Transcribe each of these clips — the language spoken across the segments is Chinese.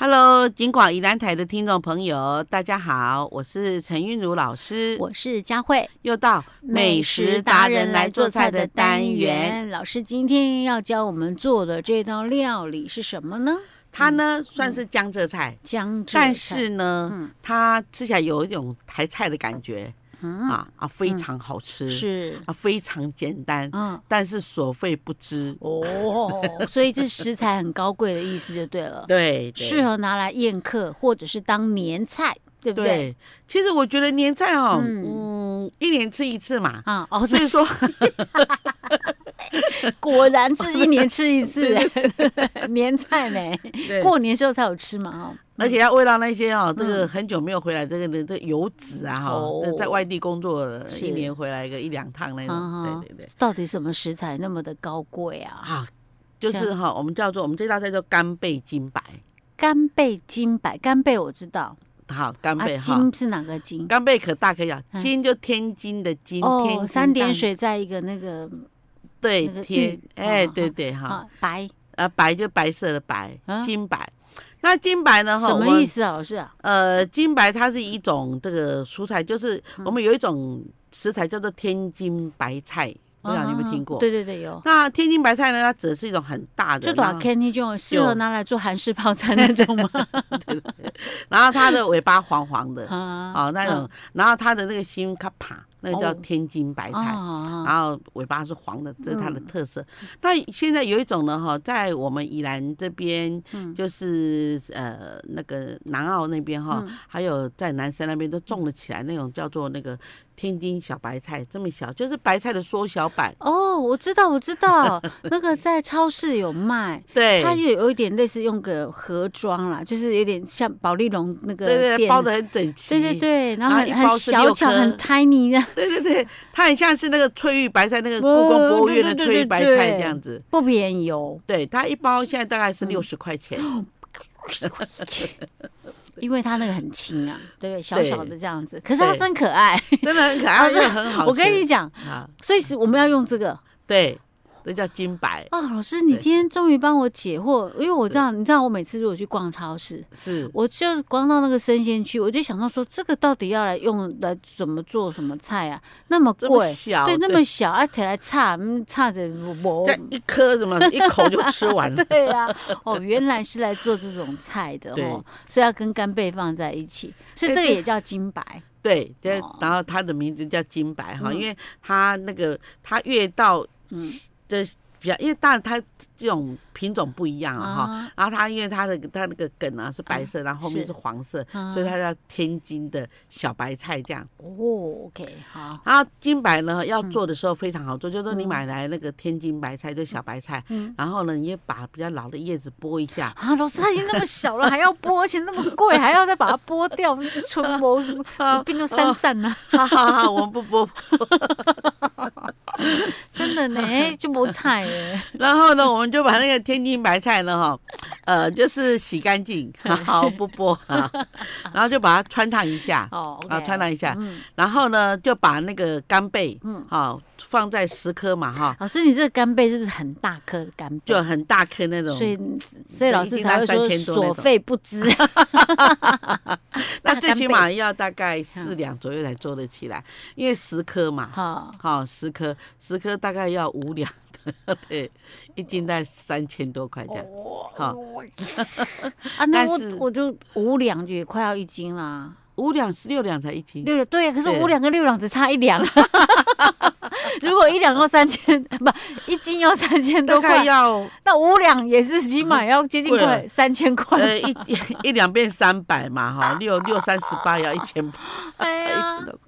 Hello，金广宜兰台的听众朋友，大家好，我是陈韵如老师，我是佳慧，又到美食达人来做菜的单。老师今天要教我们做的这道料理是什么呢？它嗯呢算是江浙菜，江嗯浙菜但是呢，嗯它吃起来有一种台菜的感觉、嗯啊啊，非常好吃，是啊，非常简单，嗯但是所费不知。哦， 所以这食材很高贵的意思就对了，对，对适合拿来宴客或者是当年菜，啊对不对？对。其实我觉得年菜哦，嗯嗯，一年吃一次 嘛，啊，哦，所这以说果然是一年吃一次， 年菜没，对过年时候才有吃嘛，哦，而且要为了那些哦，这个很久没有回来，这个人这个游子啊，哈嗯哦，在外地工作了是一年回来个一两趟那啊种，对对对，到底什么食材那么的高贵啊？啊，就是哈，我们叫做我们这道菜叫干贝金白，干贝、金白，干贝我知道，好，干啊，贝哈，金是哪个金？干贝可大可小，嗯金就天津的金，天哦，津三点当，水在一个那个对那个天玉，哎，啊对对哈，啊白，啊，白就白色的白啊，金白，那金白呢哈，什我么们意思啊，老师啊？呃，金白它是一种这个蔬菜，就是我嗯们有一种食材叫做天津白菜，不知道你有没有听过？啊对对对，有。那天津白菜呢，它指的是一种很大的，就然打后 Kenny John 适合拿来做韩式泡菜那 种吗？然后它的尾巴黄黄的， 啊，哦那种，然后它的那个心卡帕，那个叫哦天津白菜。啊，然后尾巴是黄的，这是嗯它的特色。那现在有一种呢，哈，在我们宜兰这边，嗯就是呃那个南澳那边哈，嗯还有在南山那边都种了起来，那种叫做那个天津小白菜，这么小，就是白菜的缩小版。哦，我知道，我知道，那个在超市有卖， 对，它也有一点类似用个盒装啦，就是有点像保利龙那个对对，店包的很整齐。对对对，然然后后很一很包是小六巧，颗很 tiny 的，对对对，它很像是那个翠玉白菜，那个故宫博物院的翠玉白菜这样子。 不便宜哦，对，它一包现在大概是六十块钱。嗯因为它那个很轻啊，对不对？小小对的这样子，可是它对真可爱。 真的很可爱，老而师且很好吃。 我跟你讲，啊，所以是我们要用这个对，这叫金白，哦。老师，你对今天终于帮我解惑，因为我知道，你知道我每次如果去逛超市，是我就光到那个生鲜区，我就想到说，这个到底要来用来怎么做什么菜啊？那么这么贵，小，对，那么小，而且来差，嗯，差 着我？这。样一颗怎么一口就吃完了 对呀、哦，原来是来做这种菜的对哦，所以要跟干贝放在一起，所以哎这个对也叫金白对，这哦然后它的名字叫金白哈，嗯因为它那个它越到嗯这比较，因为当然它这种品种不一样啊哈。啊，然后它因为它的它那个梗啊是白色，然后后面是是黄色，啊所以它叫天津的小白菜这样。哦，OK，好，然后金白呢要嗯做的时候非常好做，就是说你买来那个天津白菜，就小白菜，嗯然后呢你也把比较老的叶子剥一 下，啊，老师，它已经那么小 了，还要剥，而且那么贵，还要再把它剥掉，纯 剥啊变成啊散散了，哈哈哈，我们不剥。 真的 呢，哎就没菜哎，然后呢，我们就把那个天津白菜呢，哈， 呃，就是洗干 净，好好不剥啊，然后就把它穿烫一 下，哦啊， ，OK，穿烫一下，嗯，然后呢就把那个干贝，嗯嗯，好放在十颗嘛，哈，老师，你这个干贝是不是很大颗的干贝就？很大颗那种所，以，所以就老一师斤才大会概说3000多那所种费不 知。那大最干起贝码要大概四两左右才做得起来，因为十颗嘛，好，好、十颗，十颗大概要五两的， 对，一斤大概三千多块这哦样。好、 啊，那但我是我就五两就也快要一斤啦，五两是六两才一斤，六两对呀、啊可是对啊五两跟六两只差一两， 如果一两要三千， 不一斤要三千大多概块，要那五两也是起码要接近贵快了三千块，呃一一 两变三百嘛，哈、六六三十八要一千八，哎一呀千，多块。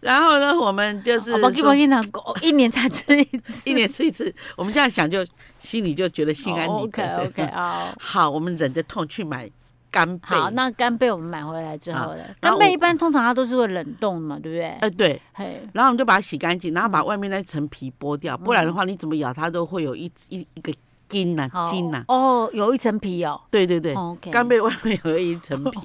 然后呢，我们就是好吧，哦给我说跟你讲，狗一年才吃一 次，一年吃一次，我们这样想就心里就觉得心安理得。哦 OK 对嗯 OK 啊。好，我们忍着痛去买干贝。好，那干贝我们买回来之后呢？然后干贝我一般通常它都是会冷冻嘛，对不对？啊呃对，嘿，然后我们就把它洗干净，然后把外面那层皮剥掉，不然的话你怎么咬它都会有一一一个筋呐、嗯好筋呐、哦，有一层皮哦。对对对， OK，哦干贝外面有一层皮。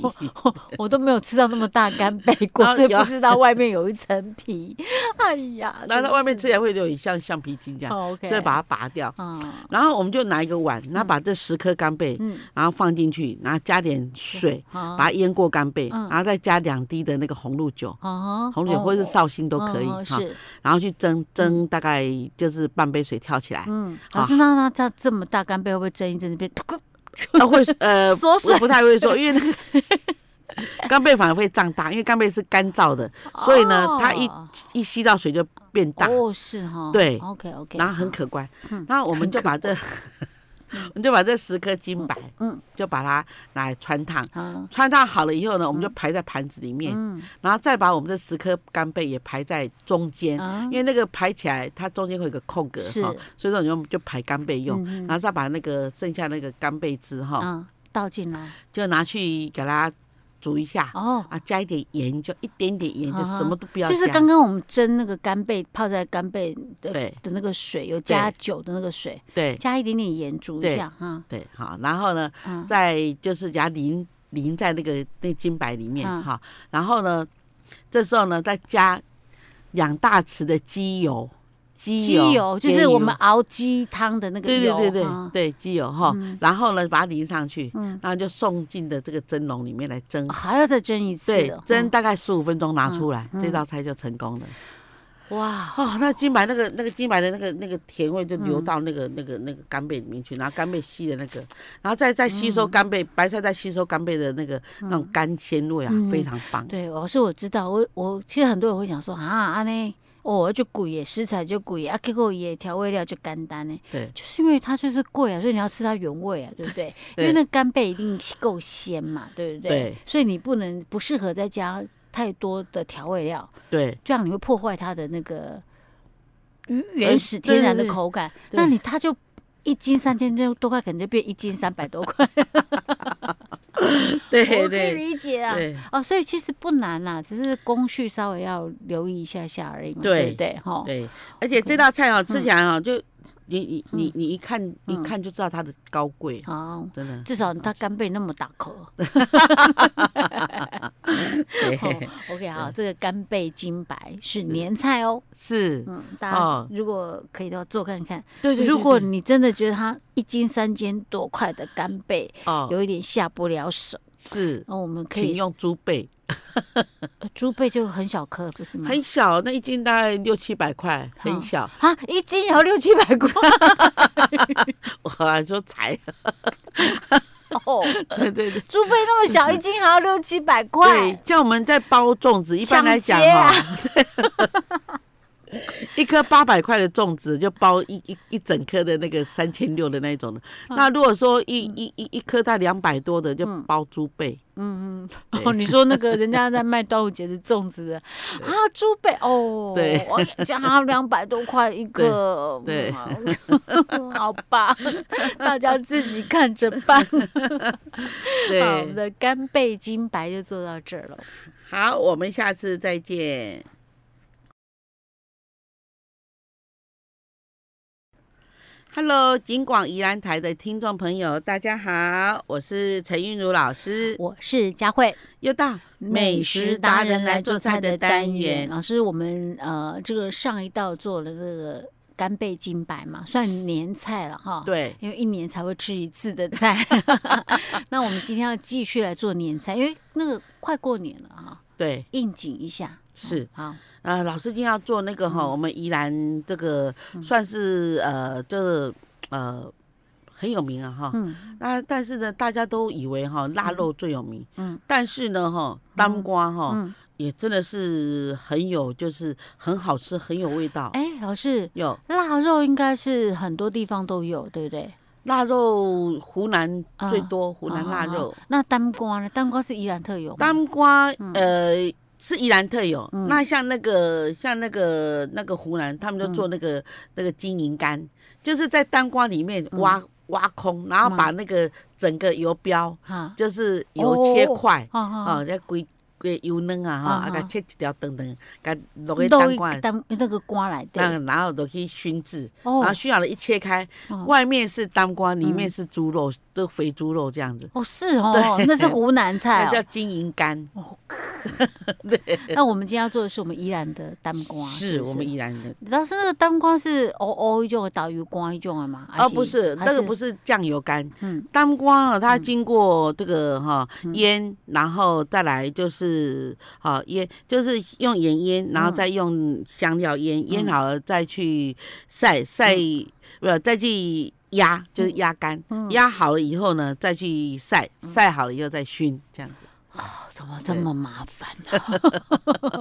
我都没有吃到那么大干贝过，然后所 以有不知道外面有一层皮。 哎呀， 然后真它外面是吃起来会有点像橡皮筋这样，哦，OK，所以把它拔掉。嗯然后我们就拿一个碗，然后把这十颗干贝，嗯然后放进去，然后加点水，好把它淹过干贝，嗯然后再加两滴的那个红露酒，啊红露酒或者是绍兴都可以哦哈，是，然后去蒸蒸大概就是半杯水跳起 来，啊嗯，好老师，那那这这么大干贝会不会蒸一蒸就变？它会呃 缩水我不太会做，因为那个 干贝反而会胀大，因为干贝是干燥的，所以呢哦它一吸到水就变大，哦是哈，对，OK OK，嗯然后很可观。然后我们就把这， 我们就把这十颗金白，嗯就把它拿来穿烫。啊，穿烫好了以后呢，我们就排在盘子里面，嗯然后再把我们这十颗干贝也排在中间，啊因，为那个排起来它中间会有个空格是哈，所以说你就就排干贝用，嗯然后再把那个剩下那个干贝汁哈，啊倒进来就拿去给它煮一下。哦，啊，加一点盐，就一点点盐，就啊什么都不要加。就是刚刚我们蒸那个干贝泡在干贝的对的那个水，有加酒的那个水，对加一点点盐煮一下哈，对，好，然后呢，嗯再就是给它淋淋在那个那金白里面嗯哈、然后呢，这时候呢再加两大匙的鸡油，鸡鸡油油就给是油我们熬鸡汤的那个对对油，对对、啊对鸡油哈、嗯然后呢把它淋上去，嗯然后就送进的这个蒸笼里面来蒸。哦还要再蒸一次对哦，，蒸大概十五分钟拿出来、嗯嗯这道菜就成功了。嗯哇，哦，那金白那个那个金白的那个那个甜味就嗯流到那个、那个那个干贝里面去，然后干贝吸的那个，然后再再吸嗯收干贝、白菜再吸收干贝的那个、那种干鲜味啊，嗯非常棒。对，老师我知道，我我其实很多人会想说啊，安尼哦就贵耶，食材就贵耶，啊，结果也调味料就简单呢，对就是因为它就是贵啊，所以你要吃它原味啊，对 不对？对因为那干贝一定够鲜嘛，对不对？对所以你不能不适合再加太多的调味料，对这样你会破坏它的那个原哎原始对天然对的对口感。对那你它就一斤三千多块，可能就变一斤三百多块， 对对我可以对理解啊。对哦，所以其实不难啦，只是工序稍微要留意一下下而已嘛，对对不对？哈，对，而且这道菜哦，嗯吃起来哦，就你你你你一看一看就知道它的高贵，好，真的。 至少它干贝那么大 颗。对，哦 OK，好，嗯这个干贝金白是年菜哦，是，嗯，大家哦如果可以的话做看看。对对。如果对你真的觉得它一斤三千多块的干贝哦有一点下不了手，是，那我们可请以用猪背，呃猪贝就很小颗，不是吗？很小，那一斤大概六七百块，很好小。 啊，一斤也要六七百块我还说 才，哦，对对对。猪贝那么 小，一斤还要六七百块对，，像我们在包粽子，一般来讲抢劫啊哈， 一颗八百块的粽子就包一一一整颗的那个三千六的那一种的。嗯那如果说一一一一颗在两百多的，就包猪背。嗯嗯，对哦，你说那个人家在卖端午节的粽子 的啊，猪背哦，对哇，这样两百多块一个，对嗯好 吧，大家自己看着 办。好，我对，们的干贝金白就做到这儿了。好，我们下次再见。Hello，景广宜兰台的听众朋友，大家好，我是陈韵如老师，我是佳慧，又到美食达人来做菜的单元。老师，我们呃，这个上一道做了这个干贝金白嘛，算年菜了哈。。对，因为一年才会吃一次的菜。 那我们今天要继续来做年菜，因为那个快过年了啊，对，应景一下。是哦好，嗯呃，老师今天要做那个哈，我们宜兰这个算是呃，就是呃很有名啊哈。嗯，那但是呢，大家都以为哈腊肉最有名，嗯，但是呢哈，当瓜哈嗯也真的是很有，就是很好吃，很有味道。哎，老师，有腊肉应该是很多地方都有，对不对？腊肉，湖南啊最多，湖南腊哦肉。那单瓜呢？单瓜是宜兰特有吗？当瓜呃嗯是宜兰特有，那像那个像那个那个湖南，他们就做那嗯个、那个金银干，就是在当瓜里面挖、挖空，嗯然后把那个整个油标哈，就是油切块哦哦啊，再归个油卵啊吼，啊啊，哈甲切一条长长，甲落去落当一罐，当那个瓜来的，然然后落去熏制，哦嗯然后熏好了，一切开，哦外面是当瓜，里面是猪肉，都肥猪肉这样子，哦是哦，那是湖南 菜那哦叫。金银干，那我们今天要做的是我们宜兰的单瓜，是不是我们宜兰的。老师那个单瓜是哦哦一种导游瓜一种的吗？哦，不是，那个不是，是酱油干，嗯当瓜啊，它经过这个哈腌，然后再来就是好腌，就是用盐腌，然后再用香料腌，腌好了再去晒晒，不是再去压，就是压干，压好了以后呢，再去晒，晒好了以后再熏，这样子。哦怎么这么麻烦呢？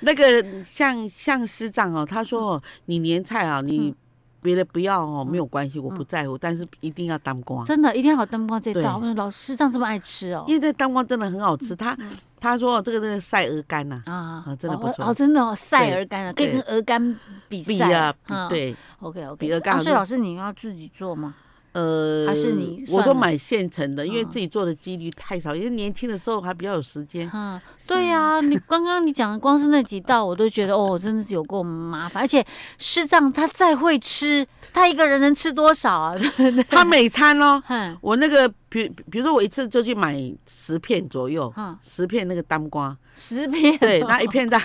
那个像像师长哦，他说哦，你年菜啊，你别的不要哦，没有关系，我不在乎，但是一定要当瓜。真的一定要有单瓜这对道，我们老师这样这么爱吃哦因为这蛋糕真的很好吃。嗯他他说这个这个晒鹅肝呐，啊啊真的不哦错哦，真的哦，晒对鹅肝啊，可以跟对鹅肝比比赛啊，啊对， ，OK OK，比鹅肝好所以吃老师你要自己做吗？呃，还是你我算都了买现成的，因为嗯自己做的几率太少，因为年轻的时候还比较有时 间。嗯，啊对呀、你刚刚你讲的光是那几道，我都觉得哦，真的是有够麻烦。而且师丈他再会吃，他一个人能吃多少啊？ 嗯他每餐哦，哼，我那个比比如说我一次就去买十片左右嗯，十片那个当瓜，十片、 对，那一片大。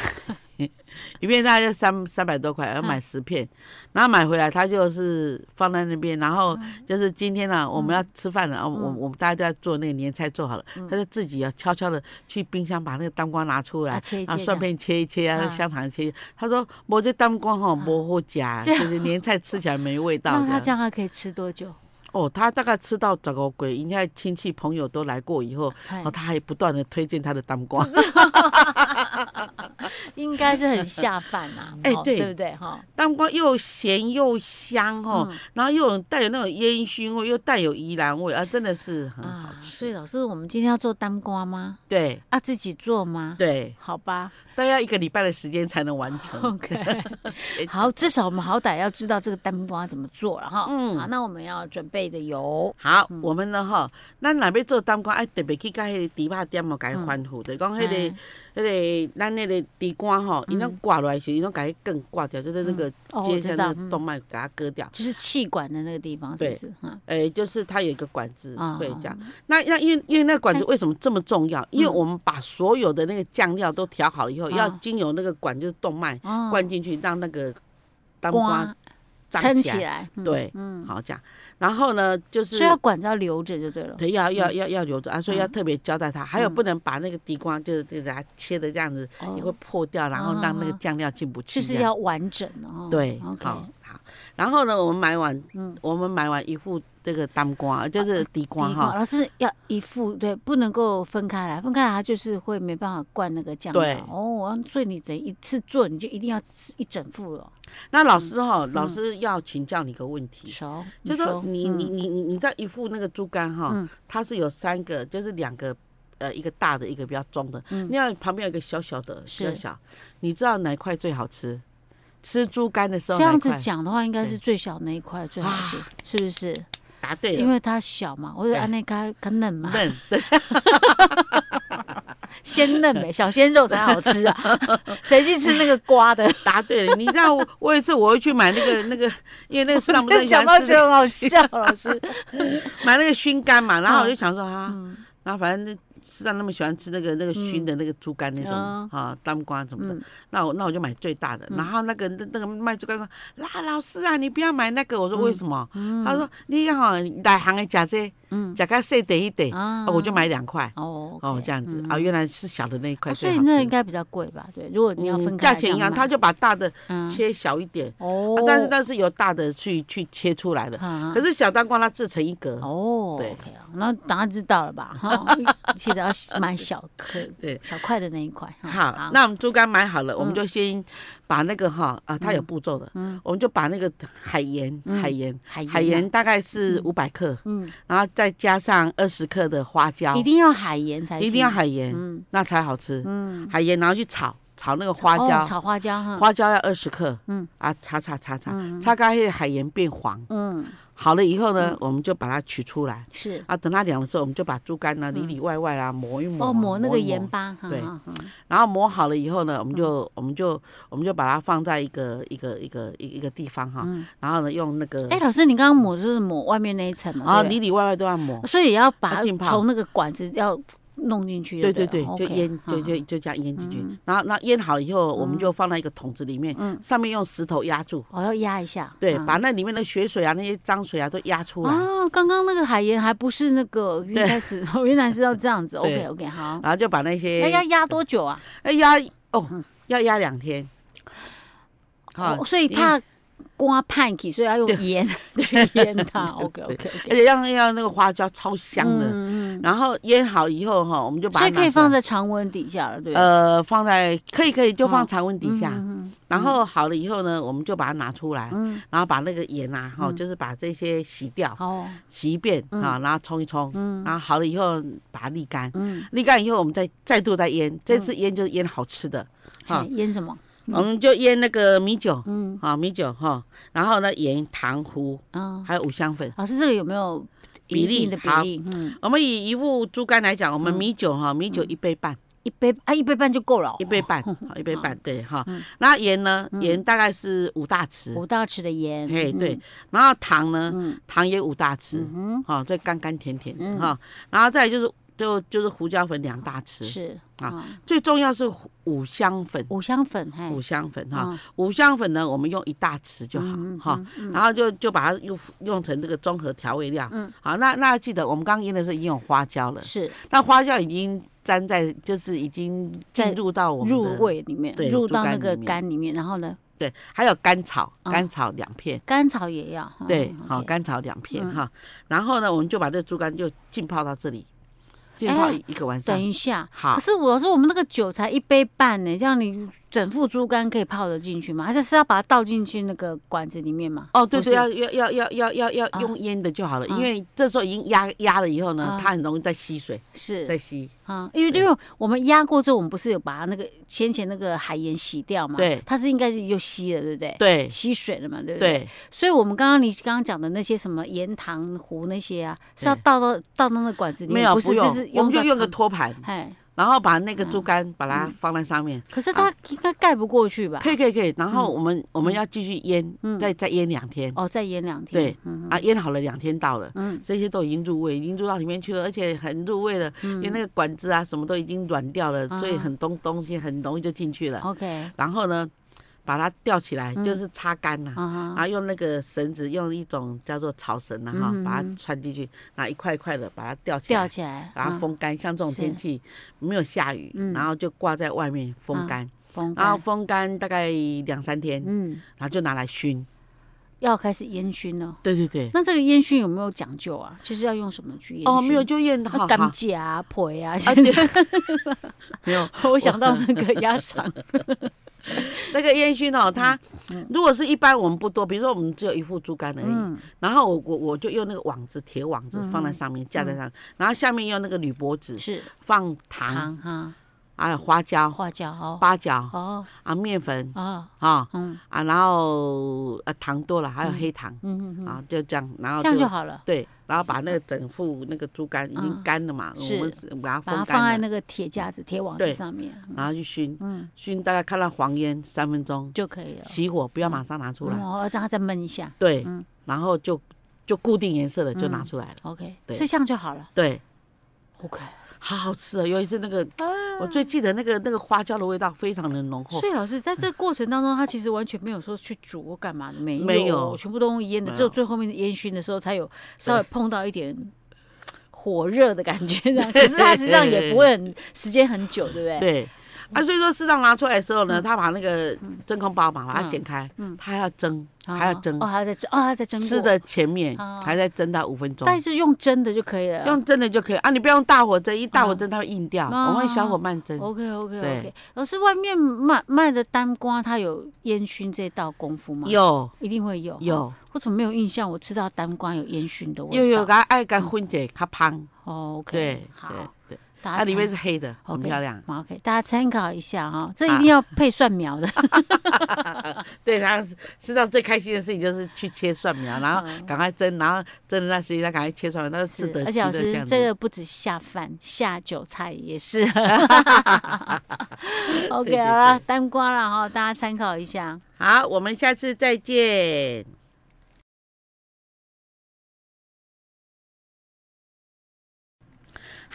一片大概就三三百多块，要嗯买十片，然后买回来他就是放在那边，然后嗯就是今天呢、我们要吃饭了，啊，我我们大家都要做那个年菜做好了，嗯他就自己要悄悄的去冰箱把那个当瓜拿出啊来，切一然后切蒜这片切一切啊，嗯香肠切一切。他说我这当瓜哈不好 夹，这就样是年菜吃起来没味道 那这他这样。样他可以吃多久？哦，他大概吃到整个鬼，应该亲戚朋友都来过以后，哎 哦，他还不断的推荐他的当瓜。应该是很下饭呐、哎哦对对不对？哈、当瓜又咸又香哦，嗯然后又有带有那种烟熏味，又带有宜兰味啊，真的是很好啊，吃。所以老师，我们今天要做单瓜吗？对啊，自己做吗？对，好吧大概要一个礼拜的时间才能完成。 ，OK，好，至少我们好歹要知道这个单瓜怎么做了哈。嗯好，那我们要准备的油， 好，我们呢吼，咱若要做当瓜，哎爱特别去甲迄个猪肉店哦，甲伊嗯欢呼的，讲迄哎个迄个咱迄个猪肝吼，伊拢挂落来的时候，伊拢甲伊梗挂掉，就是那个哦，我接知下道，那嗯个动脉给它割掉。就是气管的那个地方，是不对是？哈，诶，哎就是它有一个管子啊哎嗯会这样。那那因为因为那个管子为什么这么重要？因为我们把所有的那个酱料都调好了以后，啊要经由那个管就是动脉哦灌进去，让那个当瓜瓜胀撑起起来。来，嗯，对，嗯，好这样。然后呢，就是所以要嗯管子要留着就对了。对要要要要留着啊，所以要特别交代它。还有不能把那个地瓜就是这个给它切的这样子，嗯哦啊也会破掉，然后让那个酱料进不去就这是样。要完整哦。对， ，OK，好好。然后呢，我们买完嗯，啊我们买完一副这个当瓜，就是地瓜地哈瓜，。老师要一副对，不能够分开来，分开来它就是会没办法灌那个酱对料。哦，所以你等一次做，你就一定要吃一整副了。那老嗯师哈、老师要请教你一个问题，熟，就说熟你你你你你知道一副那个猪肝哈、嗯它是有三个，就是两个呃一个大的，一个比较中的，嗯另外旁边有一个小小的，比较是小，你知道哪一块最好吃？吃猪肝的时候这样子哪一块讲的话，应该是对最小那一块最好吃，是不是？答对因 了，为它小嘛，或者对按那它它嫩嘛，嫩对鲜嫩美，小鲜肉才好吃 啊！谁去吃那个瓜的？答对了。你知道我我有一次我会去买那个那个，因为那个市场不是很喜讲到欢觉吃那得个很好笑，老师。买那个熏肝嘛，然后我就想说啊，哦嗯然后反正那市场那么喜欢吃那个那个熏的那个猪肝那种、啊啊，当瓜什么的，嗯那我那我就买最大的。然后那个那那个卖猪肝说：“啦，老师啊，你不要买那个。”我说：“为什么？”他说：“你好、来行的假这嗯假个细得一得，啊啊我就买两块哦哦，这样子、啊，原来是小的那一块哦所最以好那应吃。该比较贵吧？对，如果你要分嗯价开来这钱样一样，买他就把大的嗯切小一点，哦啊，但是但是由大的去去切出来的。啊可是小当瓜它制成一格，哦对，OK 啊，那大家知道 了吧？哈，记得要买小颗、对。小块的那一块。哈好，那我们猪肝买好了，我嗯们就先把那个哈啊，它有步骤的，我们就把那个海盐，海盐，嗯海海盐啊盐大概是五百克，嗯，然后再加上二十克的花椒一，定要海盐才行，一定要海盐，嗯那才好吃。嗯，海盐然后去炒，炒那个花椒哦，炒花椒哈，花椒要二十克，嗯嗯啊，擦擦擦擦，嗯擦干黑海盐变黄，嗯好了以后呢，我们就把它取出来。是啊，等它凉的时候，我们就把猪肝呢啊里里外外啦磨一磨啊，嗯哦抹那个一磨盐巴，哈对哈哈然后磨好了以后呢，我们嗯就我们就我们就把它放在一个一个一个一个一个地方哈，然后呢用那个嗯哎，老师，你刚刚抹就是抹外面那一层嘛，啊对不哦对里里外外都要磨，所以也要把要浸泡从那个管子要弄进去，对对对对，就腌就就就这样腌进嗯去。然后那腌好以后，我们就放在一个桶子里面，上面用石头压住，我哦要压一下，对，嗯把那里面的血水啊、那些脏水啊都压出来，啊，刚刚那个海盐还不是那个一对开始，哦原来是要这样子，OK 对啊 OK 好，然后就把那那要些压多久啊？哎压哦要压两天，好哦，所以因怕刮叛起，所以要用对 盐去腌它，OK 而 OK OK，且要要那个花椒超香的。嗯，嗯嗯然后腌好以后哈，我们就把所它以可拿以出来放在常温底下了，对不对，呃，放在可以可以，就哦放常温底下。嗯，嗯然后好了以后呢，我们就把它拿出来，嗯然后把那个盐啊，哈、就是把这些洗掉嗯，好哦，洗一遍啊，然后冲一冲，嗯然后好了以后把它沥干，嗯，沥干以后我们再再度再腌，这次腌就是腌好吃的，好嘿腌什么？我们就腌那个米酒嗯啊，米酒哈、然后呢盐、糖糊啊，还有五香粉。老师这个有没有比一例定的比好例？嗯，我们以一副猪肝来讲，我们米酒哈，米酒一杯半，一杯啊，一杯半就够嗯了哦，嗯一杯半，好一杯半，对哈。那盐呢？盐大概是五大匙，五大匙的盐，嘿，嗯对，，然后糖呢，嗯糖也五大匙，嗯哈、所以干干甜甜嗯的哈、然后再来就是就就是胡椒粉两大哼，匙，是啊啊，最重要是胡五香粉，五香粉，嘿，五香粉哈、啊五香粉呢我们用一大匙就好哈、嗯嗯然后就就把它用用成这个综合调味料。嗯好，那那记得我们刚刚腌的时候已经有花椒了，是那花椒已经粘在，就是已经在进入到我们入的。味里面，对入猪到那肝个里面肝里面，然后呢，对，还有甘草，啊甘草两片。甘草也要，哈嗯对， OK 好，甘草两片嗯哈，然后呢，我们就把这个猪肝就浸泡到这里，浸泡哎一一个晚上等。一下，好可是我说我们那个酒才一杯半呢，这样你整副猪肝可以泡得进去吗？还是是要把它倒进去那个管子里面嘛？哦，对不对，是要要要要要要要用腌的就好了，因为这时候已经压压了以后呢啊，它很容易再吸水，是再吸。啊，因为对因为我们压过之后，我们不是有把它那个先前那个海盐洗掉嘛？对它是应该是又吸了，对不对？对吸水了嘛，对不对？对，所以我们刚刚你刚刚讲的那些什么盐糖糊那些啊，是要对倒到倒到那个管子里没面，有不不是，就用是，我们就用个汤嗯托盘，哎，然后把那个猪肝把它放在上面，可是它应该盖不过去吧？可以可以可以。然嗯后我们我们要继续腌，再再腌两天哦，再腌两天。对，啊，腌好了两天到了嗯，这些都已经入味，已经入到里面去了，而且很入味了，嗯因为那个管子啊什么都已经软掉了，所以啊很东东西很容易就进去了。 ，OK，然后呢，把它吊起来，嗯就是擦干了。啊然后用那个绳子，用一种叫做草绳啊，哈、嗯把它穿进去，然后一块一块的把它吊起来，吊起来，嗯然后风风干。像这种是天气没有下雨，嗯然后就挂在外面风啊干，风然后干，风干大概两三天，嗯，然后就拿来熏。要开始烟熏了。对对对。那这个烟熏有没有讲究啊？就是要用什么去烟熏？哦，没有，就验那好干好甲啊、腿啊。啊，对，没有 我想到那个 鸭肠，那个烟熏哦，它如果是一般我们不多，比如说我们只有一副猪肝而已，嗯，然后我我我就用那个网子铁网子放在上面架在上面，嗯然后下面用那个铝箔纸是放糖，糖哈，还有花椒、花椒哦，八角哦啊、面粉哦，啊嗯啊，然后啊糖多了，还有黑糖嗯嗯嗯，啊，就这样，然后这样就好了，对，然后把那个整副那个猪肝已经嗯干了嘛，是我们是把它把它风放在干了，那个铁架子、铁网子对上面，嗯然后去熏嗯，熏，大概看到黄烟三分钟，就可以了。熄火，不要马上拿出来，哦，让它再焖一下对嗯，然后就就固定颜色了，就拿出来了， ，OK，对所以这样就好了对。 ，OK。好好吃啊！尤其是那个，我最记得那个那个花椒的味道非常的浓厚所。以老师在这个过程当中，他其实完全没有说去煮或干嘛的，没有，没有全部都用腌的，没有只有最后面的烟熏的时候才有稍微碰到一点火热的感觉，这样。可是它实际上也不会 很时间很久，对不对？对，啊，所以说适当拿出来的时候嗯呢，他把那个真空包嘛，把它剪开，他还要蒸，啊，还要蒸嗯哦，，还要再蒸，哦，还要再蒸。吃，的前面啊还在蒸到五分钟，但是用蒸的就可以了。用蒸的就可以啊，你不要用大火蒸，一大火蒸它会硬掉，啊我们用小火慢蒸。 OK OK 对 OK。老师，外面卖卖的单瓜，它有烟熏这道功夫吗？，有一定会有。哦，有我怎么没有印象？我吃到单瓜有烟熏的味道。嗯有有，给它爱干荤点，它胖。哦，OK。对，好。对对，大它家里面参是黑的，很 OK 漂亮。 OK，大家参考一下哈、这啊一定要配蒜苗的。 对他实际上最开心的事情就是去切蒜苗，然后嗯赶快蒸，然后蒸的那时间他赶快切蒜苗，他 是得而其且老乐这师样这子。个不止下饭，下酒菜 也是。对 OK，对好了，单瓜了哈，大家参考一下。好，我们下次再见。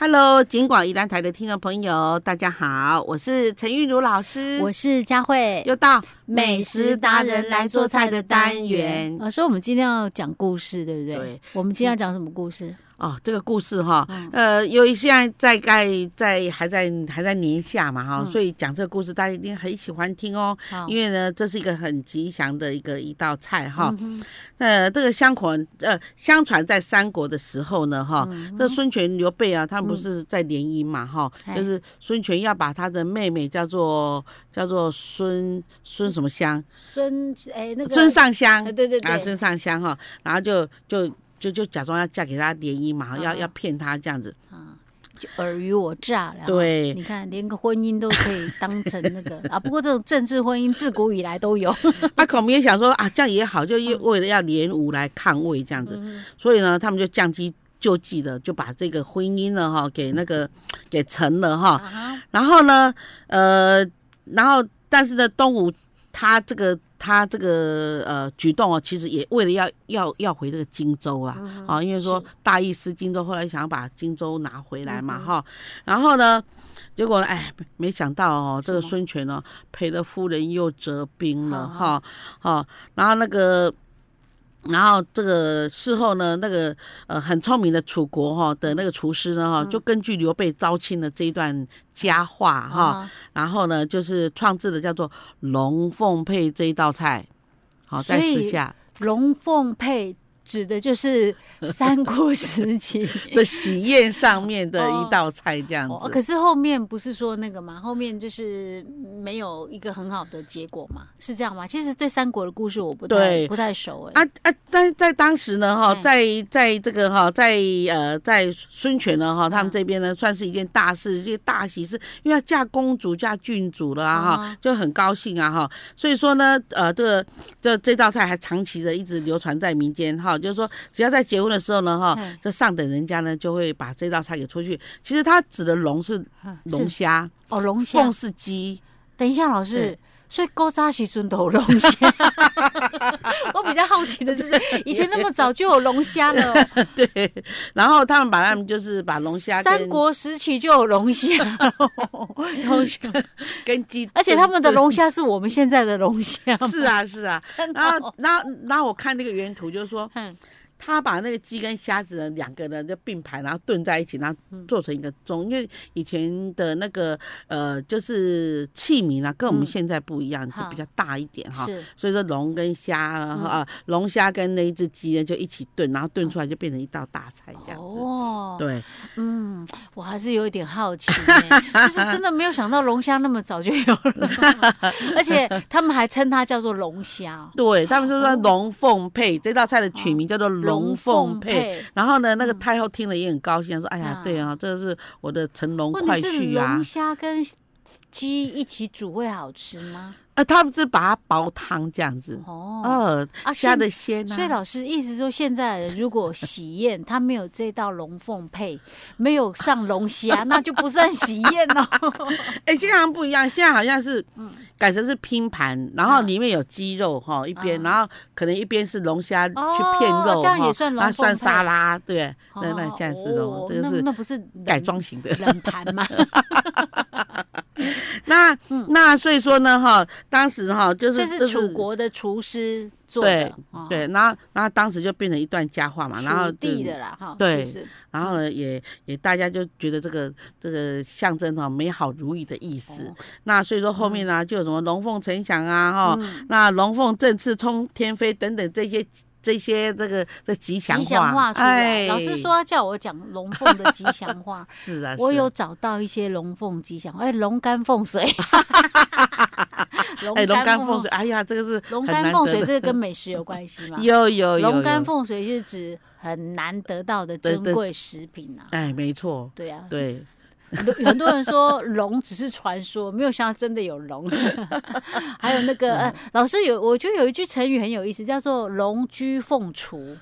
Hello，景广宜兰台的听众朋友，大家好，我是陈玉茹老师，我是佳慧，又到美食达人来做菜的单元。老师，我们今天要讲故事，对不对？对。嗯我们今天要讲什么故事？哦，这个故事哈，嗯呃，由于现在在盖在还在还在年下嘛哈，嗯所以讲这个故事大家一定很喜欢听哦，好因为呢，这是一个很吉祥的一个一道菜哈。嗯哼呃，这个相传呃，相传在三国的时候呢哈，嗯这孙权、刘备啊，他们不是在联姻嘛哈，哎就是孙权要把他的妹妹叫做叫做孙孙什么香，孙哎那个孙尚香哎，，对对啊，对，孙尚香哈，然后就就就就假装要嫁给他联姻嘛，要嗯嗯要骗他这样子。啊，就尔虞我诈了。。对，你看，连个婚姻都可以当成那个啊！不过这种政治婚姻自古以来都有。 那孔明也想说啊，这样也好，就因为为了要联吴来抗魏这样子，嗯所以呢，他们就降级救济的，就把这个婚姻呢哈给那个给成了哈。嗯啊然后呢，呃，然后但是呢，东吴他这个他这个呃举动哦，其实也为了要要要回这个荆州啊，嗯哼啊，因为说是大意失荆州，后来想要把荆州拿回来嘛嗯哼哈、然后呢，结果呢哎，没没想到哦，这个什么孙权呢赔了夫人又折兵了好哈，哦、然后那个。然后这个事后呢，那个呃很聪明的楚国哈、的那个厨师呢嗯哈、就根据刘备招亲的这一段佳话哈、啊然后呢就是创制了叫做龙凤配这一道菜，好、再所试以下龙凤配指的就是三国时 期。的喜宴上面的 哦一道菜这样子。哦，可是后面不是说那个嘛，后面就是没有一个很好的结果嘛，是这样吗？其实对三国的故事我不太对不太熟哎、啊啊！但在当时呢，哈，嗯在在这个哈，在呃，在孙权呢，哈，嗯他们这边呢，算是一件大事，这个大喜事，因为要嫁公主、嫁郡主了啊，哈嗯，就很高兴啊，哈。所以说呢，呃，这个这这道菜还长期的一直流传在民间，哈，就是说只要在结婚的时候呢，哈嗯，这上等人家呢就会把这道菜给出去。其实它指的龙是啊是龙虾，哦，龙虾凤。是鸡，等一下，老师对，所以勾扎西尊都有龙虾。 我比较好奇的是，以前那么早就有龙虾了哦，对。然后他们把他们就是把龙虾跟三国时期就有 龙虾了哦，龙虾，跟鸡，而且他们的龙虾是我们现在的龙虾 吗，是啊是啊。真的然哦。后，然后，然后我看那个原图，就是说 嗯他把那个鸡跟虾子呢两个呢就并排，然后炖在一起，然后嗯做成一个盅。因为以前的那个呃，就是器皿啊，跟我们嗯现在不一样，就好比较大一点哈。是嗯所以说龙跟虾啊，呃龙虾跟那一只鸡呢就一起炖，然后炖出来就变成一道大菜这样子。哦，对，嗯，我还是有一点好奇耶、 就是真的没有想到龙虾那么早就有了， 而且他们还称它叫做龙虾，对他们就哦说龙凤配这道菜的取名叫做龙凤配。配。然后呢，那个太后听了也很高兴，说：“哎呀嗯啊，对啊，这是我的乘龙问快题是婿啊龙！虾跟鸡一起煮会好吃吗？啊，他们是把它煲汤这样子，哦，呃，啊虾现的鲜所以啊，老师意思说，现在人如果喜宴他没有这道龙凤配，没有上龙虾，那就不算喜宴哦。哎，现在好像不一样，现在好像是嗯改成是拼盘，然后嗯里面有鸡肉哈，一边，啊然后可能一边是龙虾去哦片肉这样也哈，算然后龙算凤配沙拉，对， 那那哦这样子哦，这个那是那不嗯是改冷装型的。冷盘吗？ 那那所以说呢，哈，当时哈就这是嗯是就楚国的厨师做对的，哦对，，然后然后当时就变成一段佳话嘛，然后楚就地的啦，哈，对就是然后嗯呢，也也大家就觉得这个这个象征哈、美好如意的意思。哦那所以说后面呢、就有什么龙凤呈祥啊，哈、嗯那龙凤振翅冲天飞等等这些这些这个这吉祥话。，吉祥话出来。老师说要叫我讲龙凤的吉祥话 是啊，我是啊有找到一些龙凤吉祥话，哎，龙肝凤水，哎 龙肝凤水，，哎呀，这个是龙很肝难凤得水的？这个跟美食有关系吗 有有哦有龙肝有凤水是指很难得到的对珍对贵食品啊，哎，没错，对啊，对。很多很多人说龙只是传说，没有想到真的有龙。 还有那个、嗯呃、老师有，我觉得有一句成语很有意思，叫做“龙居凤雏”。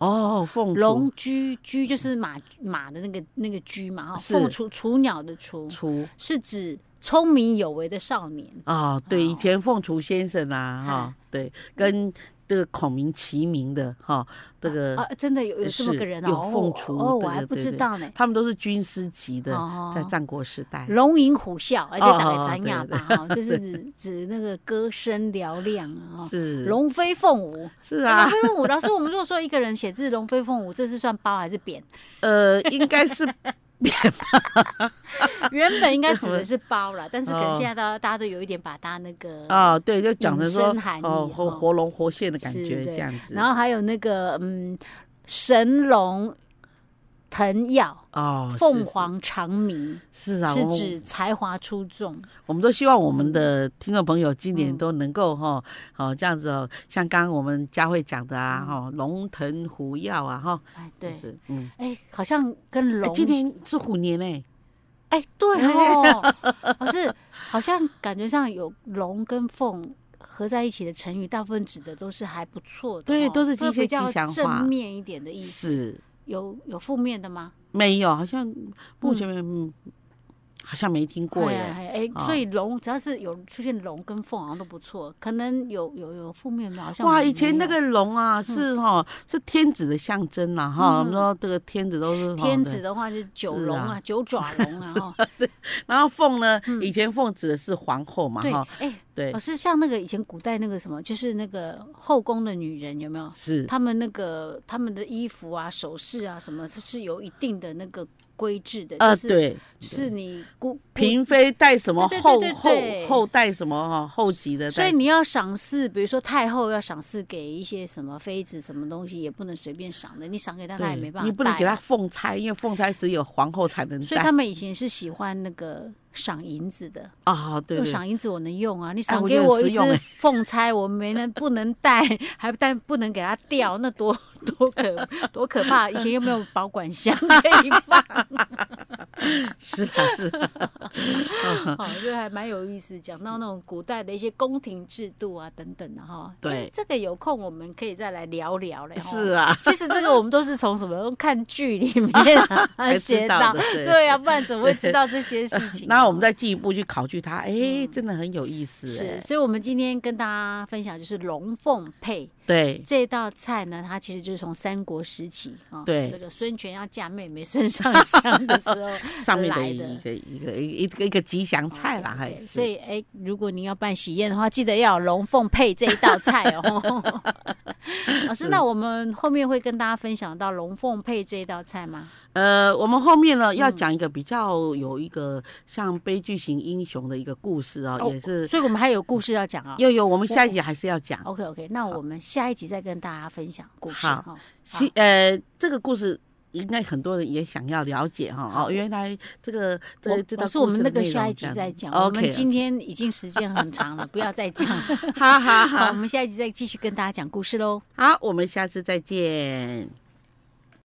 哦，凤雏龙居居就是马马的那个那个居嘛，哈，是凤雏雏鸟的雏雏是指聪明有为的少年。啊，对，以哦嗯前凤雏先生啊，哈，对，跟这个孔明齐名的哈，这啊个，真的有有这么呃是个人有哦，凤雏哦，对我还对不对知对道呢。他们都是军师级的，哦在战国时代。龙吟虎啸，而且哦打哦给哦斩对哑巴对哈，就是指指那个歌声嘹亮啊，哦是龙飞凤舞。是 龙啊，飞凤舞，老师，我们如果说一个人写字龙飞凤舞，这是算褒还是贬？呃，应该 是原本应该指的是褒啦，但是可能哦现在大家大家都有一点把它那个啊，对，就讲的引说申含义哦，活哦活龙活现的感是觉对这样子。然后还有那个嗯，神龙腾耀，哦，是凤凰长鸣，是啊，是我们指才华出众。我们都希望我们的听众朋友今嗯年都能够哈，哦这样子哦，像刚刚我们佳慧讲的啊，哈，龙腾虎跃啊，哈，哎，就嗯对，是嗯，哎，好像跟哎龙，今年是虎年哎，哎，对哦，老师，好像感觉上有龙跟凤。合在一起的成语，大部分指的都是还不错的哦，对都是一些比较吉祥话正面一点的意思。是有有负面的吗？没有？好像目前没嗯，好像没听过哎耶。哎，哎哦所以龙只要是有出现龙跟凤，好像都不错。可能有有有负面的，好像哇，没以前那有个龙啊，是哈，是天子的象征啦哈。我们嗯说这个天子都是哈天对子的话就是九是龙啊啊，九爪 龙啊，哈，然后凤呢，以前凤指的是皇后嘛，嗯对哈，，哎，对老，师像那个以前古代那个什么，就是那个后宫的女人有没有？是他们那个他们的衣服啊、首饰啊什么，这是有一定的那个规制的，呃，就是对，就是你古嫔妃带什么对对后对对后对后代什么哈后级的所代以，你要赏赐，比如说太后要赏赐给一些什么妃子什么东西，也不能随便赏的，你赏给她，她也没对办，法，啊你不能给她。奉差，因为奉差只有皇后才能所以带他们以前是喜欢那个赏银子的，啊，对对。我赏银子我能用啊，你哎赏我给觉得我实一只用哎凤钗，我没能不能戴，还但不能给它掉，那多多可多可怕！以前又没有保管箱 可以放，是啊，是 啊，好，这哦还蛮有意思。讲到那种古代的一些宫廷制度啊等等的哈，对哎这个有空我们可以再来聊聊嘞。哈是啊， 其实这个我们都是从什么看剧里面、 啊、才学知到道，的。对 对啊，不然怎么会知道这些事 情？啊嗯然后我们再进一步去考据它，哎，真的很有意思。是，哎所以，我们今天跟大家分享就是龙凤配对，这道菜呢，它其实就是从三国时期啊，对这个孙权要嫁妹妹孙 尚香的时候上面的来一的个一个一个一个吉祥菜啦，还对是所以哎，如果你要办喜宴的话，记得要有龙凤配这一道菜哦。老师，那我们后面会跟大家分享到龙凤配这一道菜吗？呃，我们后面呢要讲一个比较有一个像悲剧型英雄的一个故事哦，也是所以我们还有故事要讲啊、又有我们下一集还是要讲。 OK OK，那我们下一集再跟大家分享故事好哈。其呃，这个故事应该很多人也想要了解哈。好哦，原来这个我这这道老师，我故们事那的个内下容一集这样再子讲。我们 OK，今天已经时间很长了，不要再讲 了。哈哈好，我 哈，们下一集再继续跟大家讲故事喽。好，我们下次再见。